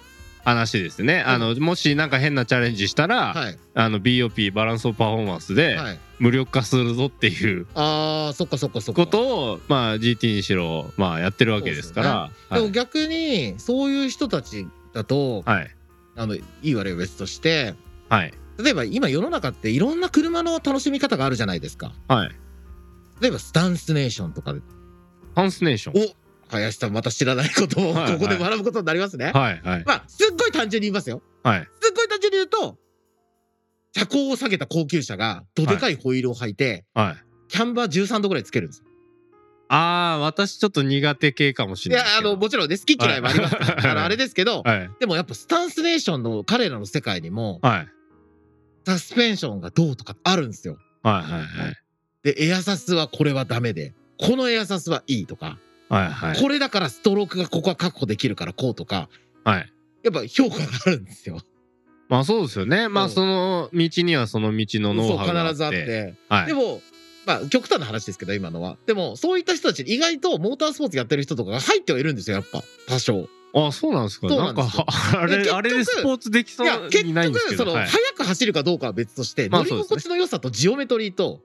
Speaker 1: 話ですね、あのもしなんか変なチャレンジしたら、
Speaker 2: よね
Speaker 1: あの BOP バランスオブパフォーマンス
Speaker 2: は
Speaker 1: で
Speaker 2: いはい、
Speaker 1: 無力化するぞっていう
Speaker 2: ああそっかそっかそっか。
Speaker 1: ことを、まあ、GT にしろ、まあ、やってるわけですから。
Speaker 2: でも逆にそういう人たちだと、
Speaker 1: はい、
Speaker 2: あのいい悪いは別として
Speaker 1: はい
Speaker 2: 例えば今世の中っていろんな車の楽しみ方があるじゃないですか
Speaker 1: はい
Speaker 2: 例えばスタンスネーションとかで
Speaker 1: ハンスネーション。
Speaker 2: お林さんまた知らないことを
Speaker 1: はいはい
Speaker 2: ここで学ぶことになりますね、
Speaker 1: はいはい
Speaker 2: まあすっごい単純に言いますよ
Speaker 1: はい
Speaker 2: すっごい単純に言うと車高を下げた高級車がどでかいホイールを履いて、
Speaker 1: はい。
Speaker 2: キャンバー13度ぐらいつけるんですよ
Speaker 1: ああー、私ちょっと苦手系かもし
Speaker 2: い
Speaker 1: れ
Speaker 2: や
Speaker 1: ないです
Speaker 2: あ
Speaker 1: けど。
Speaker 2: のもちろんね好き嫌いもあります、
Speaker 1: はい
Speaker 2: あのあれですけど、
Speaker 1: はい
Speaker 2: でもやっぱスタンスネーションの彼らの世界にも
Speaker 1: はい
Speaker 2: サスペンションがどうとかあるんですよ
Speaker 1: はいはいはい
Speaker 2: でエアサスはこれはダメでこのエアサスはいいとか、
Speaker 1: はいはい
Speaker 2: これだからストロークがここは確保できるからこうとか
Speaker 1: はい。
Speaker 2: やっぱ評価があるんですよ。
Speaker 1: まあそうですよね。ま
Speaker 2: う
Speaker 1: あ
Speaker 2: ん
Speaker 1: その道にはその道のノウハウ
Speaker 2: そう
Speaker 1: があ
Speaker 2: 必
Speaker 1: っ。
Speaker 2: ずあってて、
Speaker 1: は
Speaker 2: で
Speaker 1: い。
Speaker 2: もまあ極端な話ですけど今のはでもそういった人たちに意外とモータースポーツやってる人とかが入ってはいるんですよやっぱ多少。
Speaker 1: あそうなんですか。
Speaker 2: そう
Speaker 1: な
Speaker 2: なん
Speaker 1: ん
Speaker 2: で
Speaker 1: か
Speaker 2: すよ
Speaker 1: あ
Speaker 2: いや結
Speaker 1: れ
Speaker 2: 局
Speaker 1: あれでスポーツできそ
Speaker 2: いや
Speaker 1: う
Speaker 2: 結
Speaker 1: にないんです
Speaker 2: 局
Speaker 1: け
Speaker 2: そ
Speaker 1: ど。
Speaker 2: の
Speaker 1: はい
Speaker 2: 速く走るかどうかは別として
Speaker 1: ま
Speaker 2: 乗
Speaker 1: あ
Speaker 2: り
Speaker 1: そうですね
Speaker 2: 心地の良さとジオメトリーと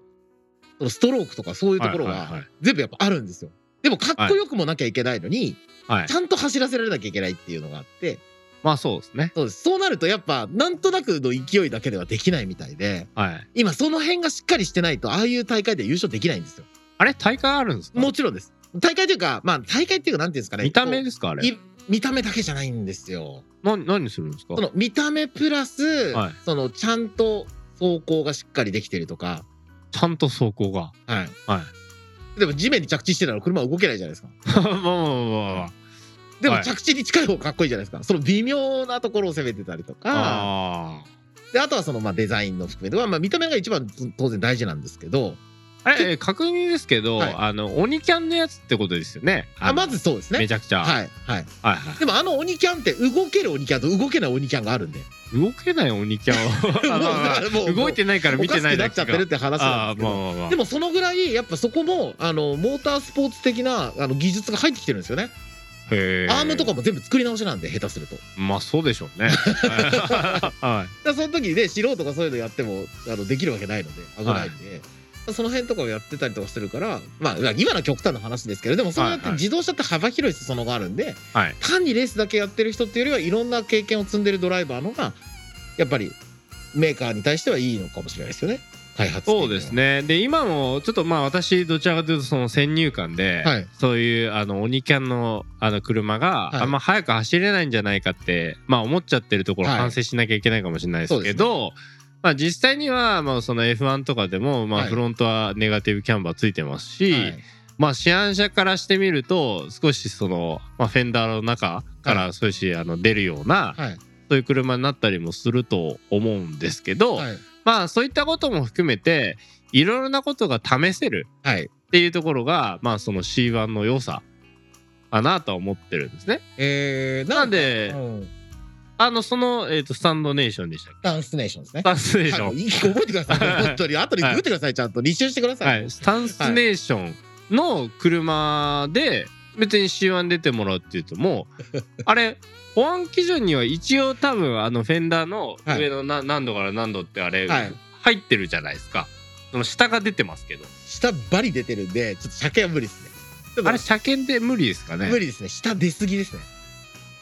Speaker 2: そのストロークとかそういうところ
Speaker 1: はいはいは
Speaker 2: はい全部やっぱあるんですよ。でもかっこよくもなきゃいけないのに
Speaker 1: はい
Speaker 2: ち。ゃんと走らせられなきゃいけないっていうのがあって、
Speaker 1: まあそうですね。
Speaker 2: そうです。そうなるとやっぱ、なんとなくの勢いだけではできないみたいで、
Speaker 1: はい。
Speaker 2: 今その辺がしっかりしてないと、ああいう大会では優勝できないんですよ。
Speaker 1: あれ大会あるんですか
Speaker 2: もちろんです。大会というか、まあ大会っていうか、なんていうんですかね。
Speaker 1: 見た目
Speaker 2: こ
Speaker 1: ですかあ
Speaker 2: う
Speaker 1: れ。
Speaker 2: い見た目だけじゃないんですよ。
Speaker 1: な何するんですか
Speaker 2: その見た目プラス、
Speaker 1: はい
Speaker 2: そのちゃんと走行がしっかりできてるとか、
Speaker 1: ちゃんと走行が。
Speaker 2: はい。
Speaker 1: はい。
Speaker 2: でも地面に着地してたら車は動けないじゃないですか。
Speaker 1: まあまあまあまあ。
Speaker 2: でも
Speaker 1: はい
Speaker 2: 着地に近い方がかっこいいじゃないですか。その微妙なところを攻めてたりとか、
Speaker 1: あ
Speaker 2: であとはそのまあデザインの含めては、まあ、見た目が一番当然大事なんですけど、
Speaker 1: あ。あれ、えー確認ですけど、
Speaker 2: はい
Speaker 1: あの、鬼キャンのやつってことですよね。あ
Speaker 2: あ
Speaker 1: の
Speaker 2: まずそうです
Speaker 1: め
Speaker 2: ね。
Speaker 1: ちゃくちゃ。はい。
Speaker 2: はいはい。
Speaker 1: はい。
Speaker 2: でもあの鬼キャンって動ける鬼キャンと動けない鬼キャンがあるんで、
Speaker 1: 動けない鬼キャンは。あまあまあ
Speaker 2: もうもう
Speaker 1: 動いてないから
Speaker 2: お
Speaker 1: 見
Speaker 2: か
Speaker 1: て
Speaker 2: し
Speaker 1: な
Speaker 2: く
Speaker 1: い
Speaker 2: な
Speaker 1: だ
Speaker 2: っちゃ
Speaker 1: けが
Speaker 2: ってるっ。て話なん
Speaker 1: あ
Speaker 2: です
Speaker 1: あ、
Speaker 2: け
Speaker 1: まあ
Speaker 2: ど。
Speaker 1: まあまあ
Speaker 2: で。もそのぐらいやっぱそこもあのモータースポーツ的なあの技術が入ってきてるんですよね、
Speaker 1: へー
Speaker 2: アームとかも全部作り直しなんで下手するとだか
Speaker 1: まあそうでしょ うね。 はい。
Speaker 2: らその時にね素人がそういうのやってもあのできるわけないので危ないんで、その辺とかをやってたりとかするからまあ今のは極端な話ですけどでもそうやっ
Speaker 1: はい
Speaker 2: て
Speaker 1: はい
Speaker 2: 自動車って幅広い裾野があるんで、
Speaker 1: はい
Speaker 2: 単にレースだけやってる人っていうよりはいろんな経験を積んでるドライバーのがやっぱりメーカーに対してはいいのかもしれないですよね開発っていのは
Speaker 1: そうですね。で今もちょっとまあ私どちらかというとその先入観で、
Speaker 2: はい
Speaker 1: そういうあの鬼キャンのあの車が
Speaker 2: はい
Speaker 1: あんま速く走れないんじゃないかって、まあ思っちゃってるところ
Speaker 2: はい
Speaker 1: 反省しなきゃいけないかもしれないですけ
Speaker 2: そ
Speaker 1: ど。まあ、実際にはまあその F1 とかでもまあ
Speaker 2: はい
Speaker 1: フロントはネガティブキャンバーついてますし、
Speaker 2: はい
Speaker 1: まあ市販車からしてみると少しそのまあフェンダーの中から少しあの出るような
Speaker 2: はい
Speaker 1: そういう車になったりもすると思うんですけど、
Speaker 2: はい
Speaker 1: まあそういったことも含めていろいろなことが試せる
Speaker 2: はい
Speaker 1: っていうところがまあその C1 の良さかなとは思ってるんですね。
Speaker 2: えー、
Speaker 1: なんで
Speaker 2: うん
Speaker 1: あのその、えー、とスタンドネーションでしたっけ
Speaker 2: ダンスネーションですね
Speaker 1: ス。タンスネーショ
Speaker 2: はい
Speaker 1: ン。
Speaker 2: いい覚えてくださ い。本当に後で覚えてください。ちゃんと履修してくださ。
Speaker 1: はいい、スタンスネーションの車で別に C1 出てもらうっていうとも うあれ保安基準には一応多分あのフェンダーの上のな何度から何度ってあれ
Speaker 2: はい
Speaker 1: 入ってるじゃないですか。その下が出てますけど。
Speaker 2: 下バリ出てるんで、ちょっと車検は無理ですね。ちょっと
Speaker 1: あれ車検で無理ですかね
Speaker 2: 無理ですね。下出過ぎですね。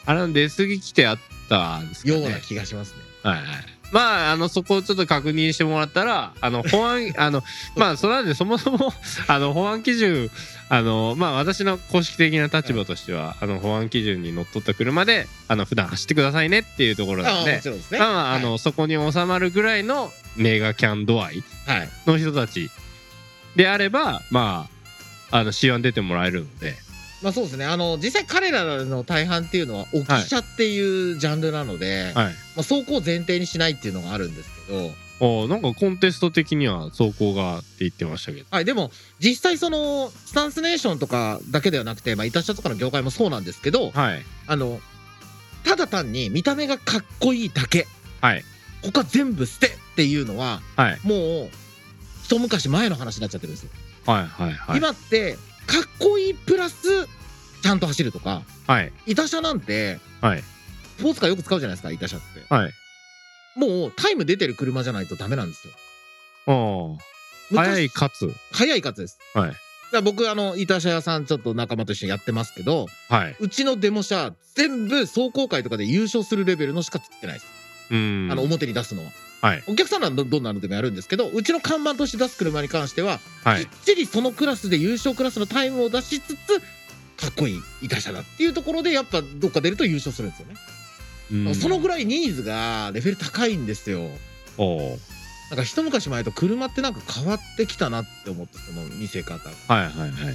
Speaker 1: あれの出過ぎ規定あったんですか
Speaker 2: よ
Speaker 1: ね
Speaker 2: うな気がしますね。
Speaker 1: はいはいまああのそこをちょっと確認してもらったらあの保 安あのまあそれなんでそもそも あの保安基準あのまあ私の公式的な立場としては、あの保安基準にのっとった車であの普段走ってくださいねっていうところな
Speaker 2: あ
Speaker 1: ん
Speaker 2: あも
Speaker 1: で
Speaker 2: ちろんですね。
Speaker 1: まあまああの、
Speaker 2: はい
Speaker 1: そこに収まるぐらいのメガキャン度合い
Speaker 2: はい
Speaker 1: の人たちであればまああの C1 出てもらえるので
Speaker 2: まあそうですね。あの実際彼らの大半っていうのは置き車っていうジャンルなので、ま
Speaker 1: はい
Speaker 2: あ走行を前提にしないっていうのがあるんですけど、
Speaker 1: おなんかコンテスト的には走行がって言ってましたけど
Speaker 2: はい、でも実際そのスタンスネーションとかだけではなくて、まあイタ車とかの業界もそうなんですけど、
Speaker 1: はい
Speaker 2: あのただ単に見た目がかっこいいだけ
Speaker 1: はい
Speaker 2: 他全部捨てっていうのは
Speaker 1: はい
Speaker 2: もう一昔前の話になっちゃってるんですよ、
Speaker 1: はいはいはい
Speaker 2: 今ってかっこいいプラスちゃんと走るとか
Speaker 1: はい
Speaker 2: 板車なんて
Speaker 1: はい
Speaker 2: スポーツカーよく使うじゃないですか板車って
Speaker 1: はい
Speaker 2: もうタイム出てる車じゃないとダメなんですよ
Speaker 1: お
Speaker 2: 昔
Speaker 1: 早いかつ
Speaker 2: 早い数です
Speaker 1: はい
Speaker 2: だから僕あの板車屋さんちょっと仲間と一緒にやってますけど
Speaker 1: はいう
Speaker 2: ちのデモ車全部走行会とかで優勝するレベルのしか作ってないです
Speaker 1: うん
Speaker 2: あの表に出すのは、
Speaker 1: はい
Speaker 2: お客さんならどどんなのでもやるんですけどうちの看板として出す車に関しては、
Speaker 1: は
Speaker 2: きっ
Speaker 1: い
Speaker 2: ちりそのクラスで優勝クラスのタイムを出しつつかっこいいいた車だっていうところでやっぱどっか出ると優勝するんですよね、
Speaker 1: うん
Speaker 2: そのぐらいニーズがレベル高いんですよ
Speaker 1: おー
Speaker 2: なんか一昔前と車ってなんか変わってきたなって思ってその見せ方が
Speaker 1: はいはいはい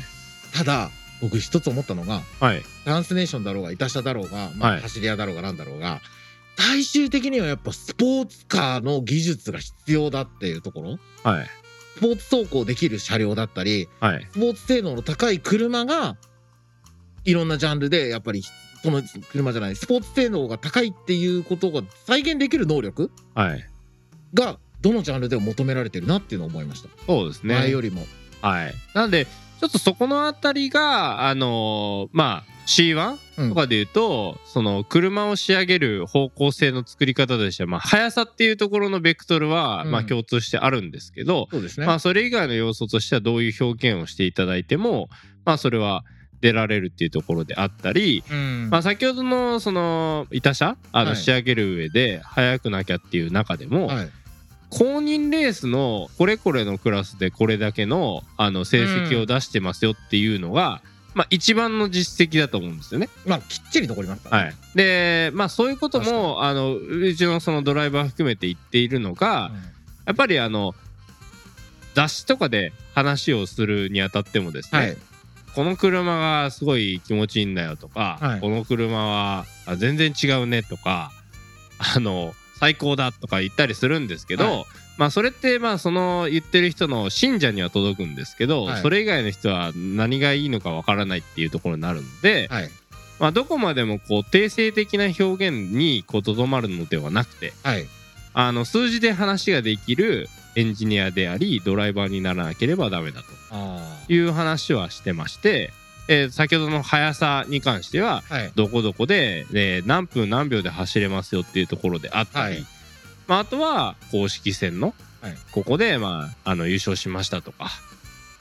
Speaker 2: ただ僕一つ思ったのが
Speaker 1: はい
Speaker 2: ダンスネーションだろうがいた車だろうが、ま
Speaker 1: は
Speaker 2: あ、
Speaker 1: い
Speaker 2: 走り屋だろうがなんだろうが、最終的にはやっぱスポーツカーの技術が必要だっていうところ
Speaker 1: はい
Speaker 2: スポーツ走行できる車両だったり、
Speaker 1: はい
Speaker 2: スポーツ性能の高い車が、いろんなジャンルで、やっぱり、その車じゃない、スポーツ性能が高いっていうことが再現できる能力
Speaker 1: はい
Speaker 2: が、どのジャンルでも求められてるなっていうのを思いました。
Speaker 1: そうですね
Speaker 2: 前よりも。
Speaker 1: はいなんでちょっとそこのあたりがあのーまあ C1
Speaker 2: うん
Speaker 1: とかで言うと、その車を仕上げる方向性の作り方としては、まあ、速さっていうところのベクトルは、まあ
Speaker 2: うん
Speaker 1: 共通してあるんですけど、
Speaker 2: そうですね。
Speaker 1: まあ、それ以外の要素としてはどういう表現をしていただいても、まあ、それは出られるっていうところであったり、
Speaker 2: うん
Speaker 1: まあ、先ほどのその板車あ
Speaker 2: は
Speaker 1: の
Speaker 2: い
Speaker 1: 仕上げる上で速くなきゃっていう中でも、
Speaker 2: はい
Speaker 1: 公認レースのこれこれのクラスでこれだけのあの成績を出してますよっていうのが、まあ、一番の実績だと思うんですよね。
Speaker 2: まあきっちり残りますから
Speaker 1: はい、で、まあ、そういうこと
Speaker 2: 確
Speaker 1: もあのうちのそのドライバー含めて言っているのが、やっぱりあの雑誌とかで話をするにあたってもですね、
Speaker 2: はい
Speaker 1: この車がすごい気持ちいいんだよとか、
Speaker 2: はい
Speaker 1: この車はあ全然違うねとかあの最高だとか言ったりするんですけど、
Speaker 2: は
Speaker 1: まあそれってまあその言ってる人の信者には届くんですけど、
Speaker 2: はい
Speaker 1: それ以外の人は何がいいのかわからないっていうところになるので、
Speaker 2: はい
Speaker 1: まあ、どこまでもこう定性的な表現にこうとどまるのではなくて
Speaker 2: はい
Speaker 1: あの数字で話ができるエンジニアでありドライバーにならなければダメだと。
Speaker 2: あ
Speaker 1: いう話はしてまして、えー先ほどの速さに関しては
Speaker 2: ーはい
Speaker 1: どこどこで、えー何分何秒で走れますよっていうところであったり、
Speaker 2: はい
Speaker 1: まあ、あとは公式戦の
Speaker 2: はい
Speaker 1: ここで、まあ、あの優勝しましたとか、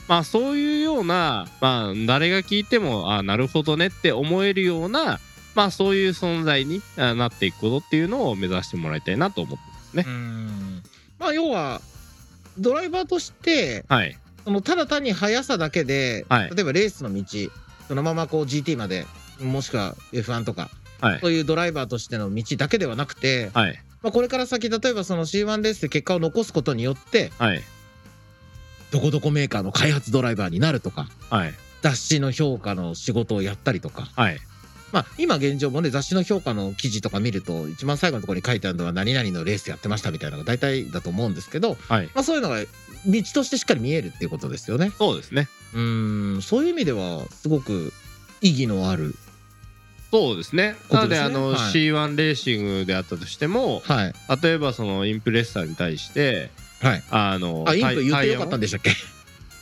Speaker 1: まあ、そういうような、まあ、誰が聞いてもあなるほどねって思えるような、まあ、そういう存在にあなっていくことっていうのを目指してもらいたいなと思ってますね。
Speaker 2: うんまあ要はドライバーとして
Speaker 1: はい、
Speaker 2: そのただ単に速さだけで、
Speaker 1: はい
Speaker 2: 例えばレースの道そのままこう GT までもしくは F1 とか、
Speaker 1: はい
Speaker 2: そういうドライバーとしての道だけではなくて、
Speaker 1: はい、
Speaker 2: まあ、これから先例えばその C1 レースで結果を残すことによって
Speaker 1: はい、
Speaker 2: どこどこメーカーの開発ドライバーになるとか
Speaker 1: はい、
Speaker 2: 雑誌の評価の仕事をやったりとか、
Speaker 1: はい、
Speaker 2: まあ、今現状もね雑誌の評価の記事とか見ると一番最後のところに書いてあるのは何々のレースやってましたみたいなのが大体だと思うんですけど、
Speaker 1: はい、
Speaker 2: まあ、そういうのが道としてしっかり見えるっていうことですよね。
Speaker 1: そうですね。
Speaker 2: うーんそういう意味ではすごく意義のある、
Speaker 1: そうですね。
Speaker 2: こ
Speaker 1: な
Speaker 2: と
Speaker 1: の
Speaker 2: で
Speaker 1: で、
Speaker 2: すね
Speaker 1: あの、
Speaker 2: はい
Speaker 1: C1 レーシングであったとしても、
Speaker 2: はい
Speaker 1: 例えばそのインプレッサーに対して、
Speaker 2: はい、
Speaker 1: あの、
Speaker 2: あイン
Speaker 1: タイ
Speaker 2: プ言ってよかったんでしたっけ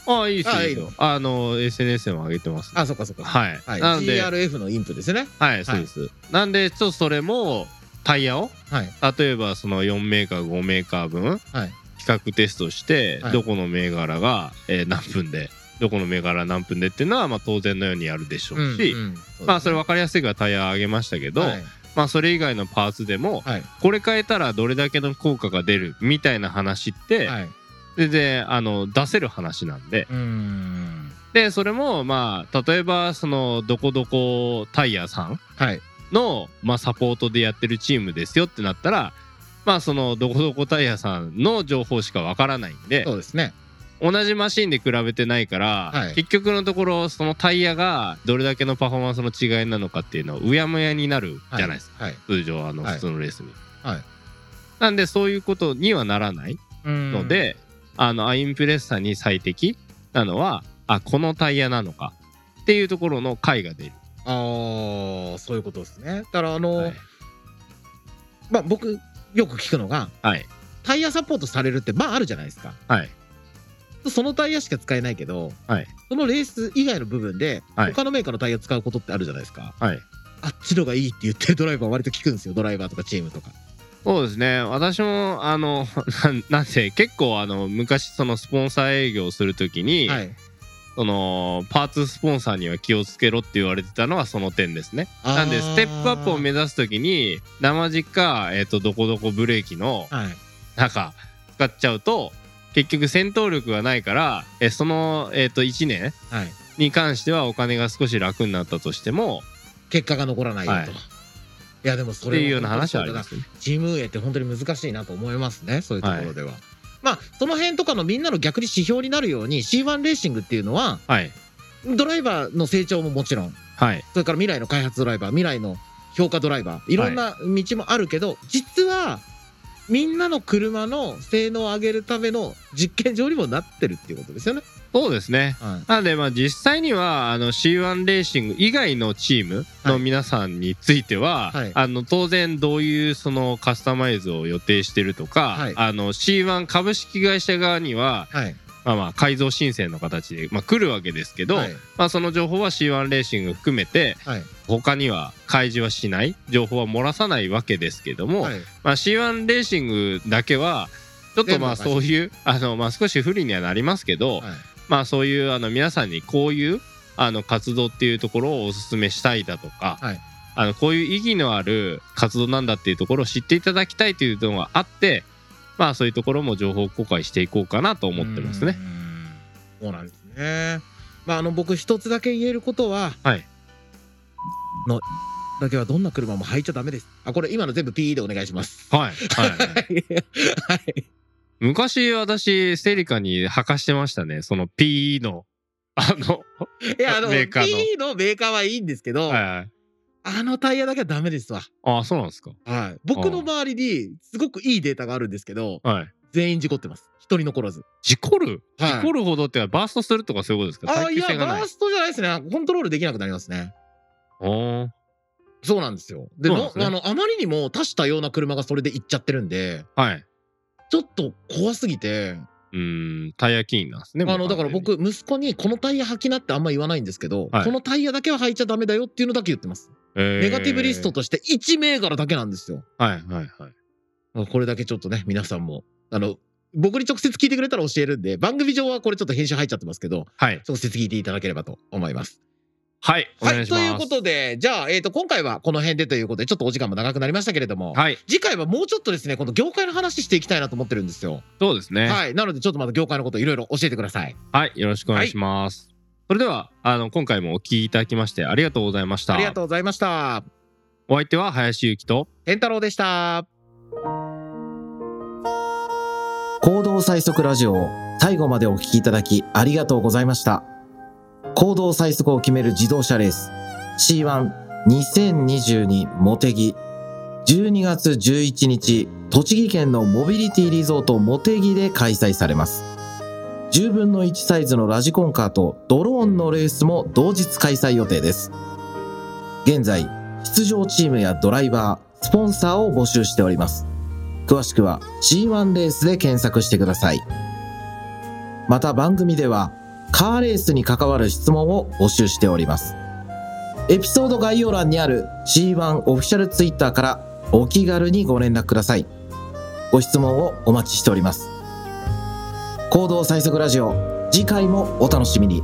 Speaker 1: タイヤをあ、いいです
Speaker 2: あ
Speaker 1: よ
Speaker 2: いい
Speaker 1: いいですよ。あの、SNS でも上げてます。
Speaker 2: あそっかそっか、
Speaker 1: はい。
Speaker 2: はい
Speaker 1: なので、
Speaker 2: GRF のインプですね
Speaker 1: はい、そうです。なんで、ちょっとそれも、タイヤを、
Speaker 2: はい
Speaker 1: 例えばその4メーカー、5メーカー分、
Speaker 2: はい
Speaker 1: 比較テストして、
Speaker 2: はい
Speaker 1: どこの銘柄が、えー何分で、どこの銘柄何分でっていうのは、まあ当然のようにやるでしょうし、まあそれ
Speaker 2: は
Speaker 1: 分かりやすいからタイヤ上げましたけど、
Speaker 2: はい
Speaker 1: まあそれ以外のパーツでも、
Speaker 2: はい
Speaker 1: これ変えたらどれだけの効果が出るみたいな話って、
Speaker 2: はい、
Speaker 1: 全然あの出せる話なんで
Speaker 2: うーん
Speaker 1: でそれもまあ例えばそのどこどこタイヤさん
Speaker 2: はい
Speaker 1: の、まあ、サポートでやってるチームですよってなったらまあそのどこどこタイヤさんの情報しかわからないんで
Speaker 2: そうですね
Speaker 1: 同じマシンで比べてないから、
Speaker 2: はい
Speaker 1: 結局のところそのタイヤがどれだけのパフォーマンスの違いなのかっていうのはうやむやになるじゃないですか。
Speaker 2: はい
Speaker 1: 通常あの
Speaker 2: はい
Speaker 1: 普通のレースに、
Speaker 2: はい
Speaker 1: なんでそういうことにはならないの
Speaker 2: の
Speaker 1: で、あのアインプレッサーに最適なのはあこのタイヤなのかっていうところの解が出る、
Speaker 2: ああそういうことですねだからあの、
Speaker 1: はい
Speaker 2: まあ僕よく聞くのが
Speaker 1: はい
Speaker 2: タイヤサポートされるってまああるじゃないですか
Speaker 1: はい
Speaker 2: そのタイヤしか使えないけど、
Speaker 1: はい
Speaker 2: そのレース以外の部分で、
Speaker 1: はい
Speaker 2: 他のメーカーのタイヤ使うことってあるじゃないですか
Speaker 1: はい
Speaker 2: あっちのがいいって言ってるドライバー割と聞くんですよドライバーとかチームとか
Speaker 1: そうですね私もあの なんなんで結構あの昔そのスポンサー営業をするときに、
Speaker 2: はい
Speaker 1: そのパーツスポンサーには気をつけろって言われてたのはその点ですねなんでステップアップを目
Speaker 2: 指
Speaker 1: 指すときに生地か、えっとどこどこブレーキの
Speaker 2: はい
Speaker 1: なんか使っちゃうと結局戦闘力がないからえその、えっと1年
Speaker 2: はい
Speaker 1: に関してはお金が少し楽になったとしても
Speaker 2: 結果が残らないよと、
Speaker 1: はいい、
Speaker 2: やでもそ
Speaker 1: っ
Speaker 2: れ
Speaker 1: ていうような話はありますすね。
Speaker 2: チーム運営って本当に難しいなと思いますねそういうところでは、まあその辺とかのみんなの逆に指標になるように C1 レーシングっていうのは
Speaker 1: はい
Speaker 2: ドライバーの成長ももちろん
Speaker 1: はい
Speaker 2: それから未来の開発ドライバー未来の評価ドライバーいろんな道もあるけど、実はみんなの車の性能を上げるための実験場にもなってるっていうことですよね。
Speaker 1: そうですね
Speaker 2: はい
Speaker 1: なのでまあ実際にはあの C1 レーシング以外のチームの皆さんについては、
Speaker 2: はい
Speaker 1: あの当然どういうそのカスタマイズを予定してるとか、
Speaker 2: はい
Speaker 1: あの C1 株式会社側には、
Speaker 2: はい
Speaker 1: まあ、まあ改造申請の形で、まあ、来るわけですけど、
Speaker 2: はい
Speaker 1: まあ、その情報は C1 レーシング含めて
Speaker 2: はい
Speaker 1: 他には開示はしない情報は漏らさないわけですけども、
Speaker 2: はい
Speaker 1: まあ、C1 レーシングだけはちょっとまあ
Speaker 2: 全部
Speaker 1: そういうあの、まあ、少し不利にはなりますけど、
Speaker 2: はい
Speaker 1: まあ、そういうあの皆さんにこういうあの活動っていうところをおすすめしたいだとか、
Speaker 2: はい
Speaker 1: あのこういう意義のある活動なんだっていうところを知っていただきたいというのがあってまあそういうところも情報公開していこうかなと思ってますね。
Speaker 2: うん。そうなんですね。まああの僕一つだけ言えることは、
Speaker 1: はい。
Speaker 2: のだけはどんな車も入っちゃダメです。あこれ今の全部 P でお願い します。
Speaker 1: はい、はい
Speaker 2: はい。
Speaker 1: 昔私セリカに履かしてましたねその PE のあの、
Speaker 2: いやあの
Speaker 1: メーカーの
Speaker 2: P のメーカーはいいんですけど、
Speaker 1: はいはい、
Speaker 2: あのタイヤだけはダメですわ。
Speaker 1: ああそうなんですか
Speaker 2: はい。僕の周りにすごくいいデータがあるんですけど、
Speaker 1: はい
Speaker 2: 全員事故ってます。一人残らず。
Speaker 1: 事故る、
Speaker 2: はい
Speaker 1: 事故るほどってのはバーストするとかそういうことですか
Speaker 2: あ
Speaker 1: 耐
Speaker 2: い
Speaker 1: 久
Speaker 2: や
Speaker 1: 性がな
Speaker 2: バ
Speaker 1: い
Speaker 2: ーストじゃないですね。コントロールできなくなりますね。
Speaker 1: おー
Speaker 2: そうなんですよ。で、
Speaker 1: そうなん
Speaker 2: の
Speaker 1: ですね
Speaker 2: あのあまりにも多種多様な車がそれで行っちゃってるんで、
Speaker 1: はい
Speaker 2: ちょっと怖すぎて、
Speaker 1: うーんタイヤキーなんですね
Speaker 2: あのだから
Speaker 1: もう完
Speaker 2: 僕息子にこのタイヤ履きなってあんま言わないんですけど、
Speaker 1: はい
Speaker 2: このタイヤだけは履いちゃダメだよっていうのだけ言ってます。
Speaker 1: 全に、えー
Speaker 2: ネガティブリストとして1銘柄だけなんですよ。
Speaker 1: はいはいはい
Speaker 2: これだけちょっとね皆さんもあの僕に直接聞いてくれたら教えるんで番組上はこれちょっと編集入っちゃってますけど
Speaker 1: はい
Speaker 2: 直接聞いていただければと思います。
Speaker 1: はいお
Speaker 2: は
Speaker 1: 願
Speaker 2: い
Speaker 1: いし
Speaker 2: と
Speaker 1: ます、
Speaker 2: いうことでじゃあ、えー、と今回はこの辺でということでちょっとお時間も長くなりましたけれども、
Speaker 1: はい
Speaker 2: 次回はもうちょっとですねこの業界の話していきたいなと思ってるんですよ。
Speaker 1: そうですねはい、
Speaker 2: はいなのでちょっとまた業界のこといろいろ教えてください。
Speaker 1: よろしくお願いします、それではあの今回もお聞きいただきましてありがとうございました
Speaker 2: ありがとうございました。
Speaker 1: お相手は林ゆきと
Speaker 2: 天太郎でした。
Speaker 3: 行動最速ラジオを最後までお聞きいただきありがとうございました。行動最速を決める自動車レース C12022 モテギ12月11日栃木県のモビリティリゾートモテギで開催されます。10分の1サイズのラジコンカーとドローンのレースも同日開催予定です。現在、出場チームやドライバー、スポンサーを募集しております。詳しくは G1 レースで検索してください。また番組ではカーレースに関わる質問を募集しております。エピソード概要欄にある G1 オフィシャルツイッターからお気軽にご連絡ください。ご質問をお待ちしております。行動最速ラジオ、次回もお楽しみに。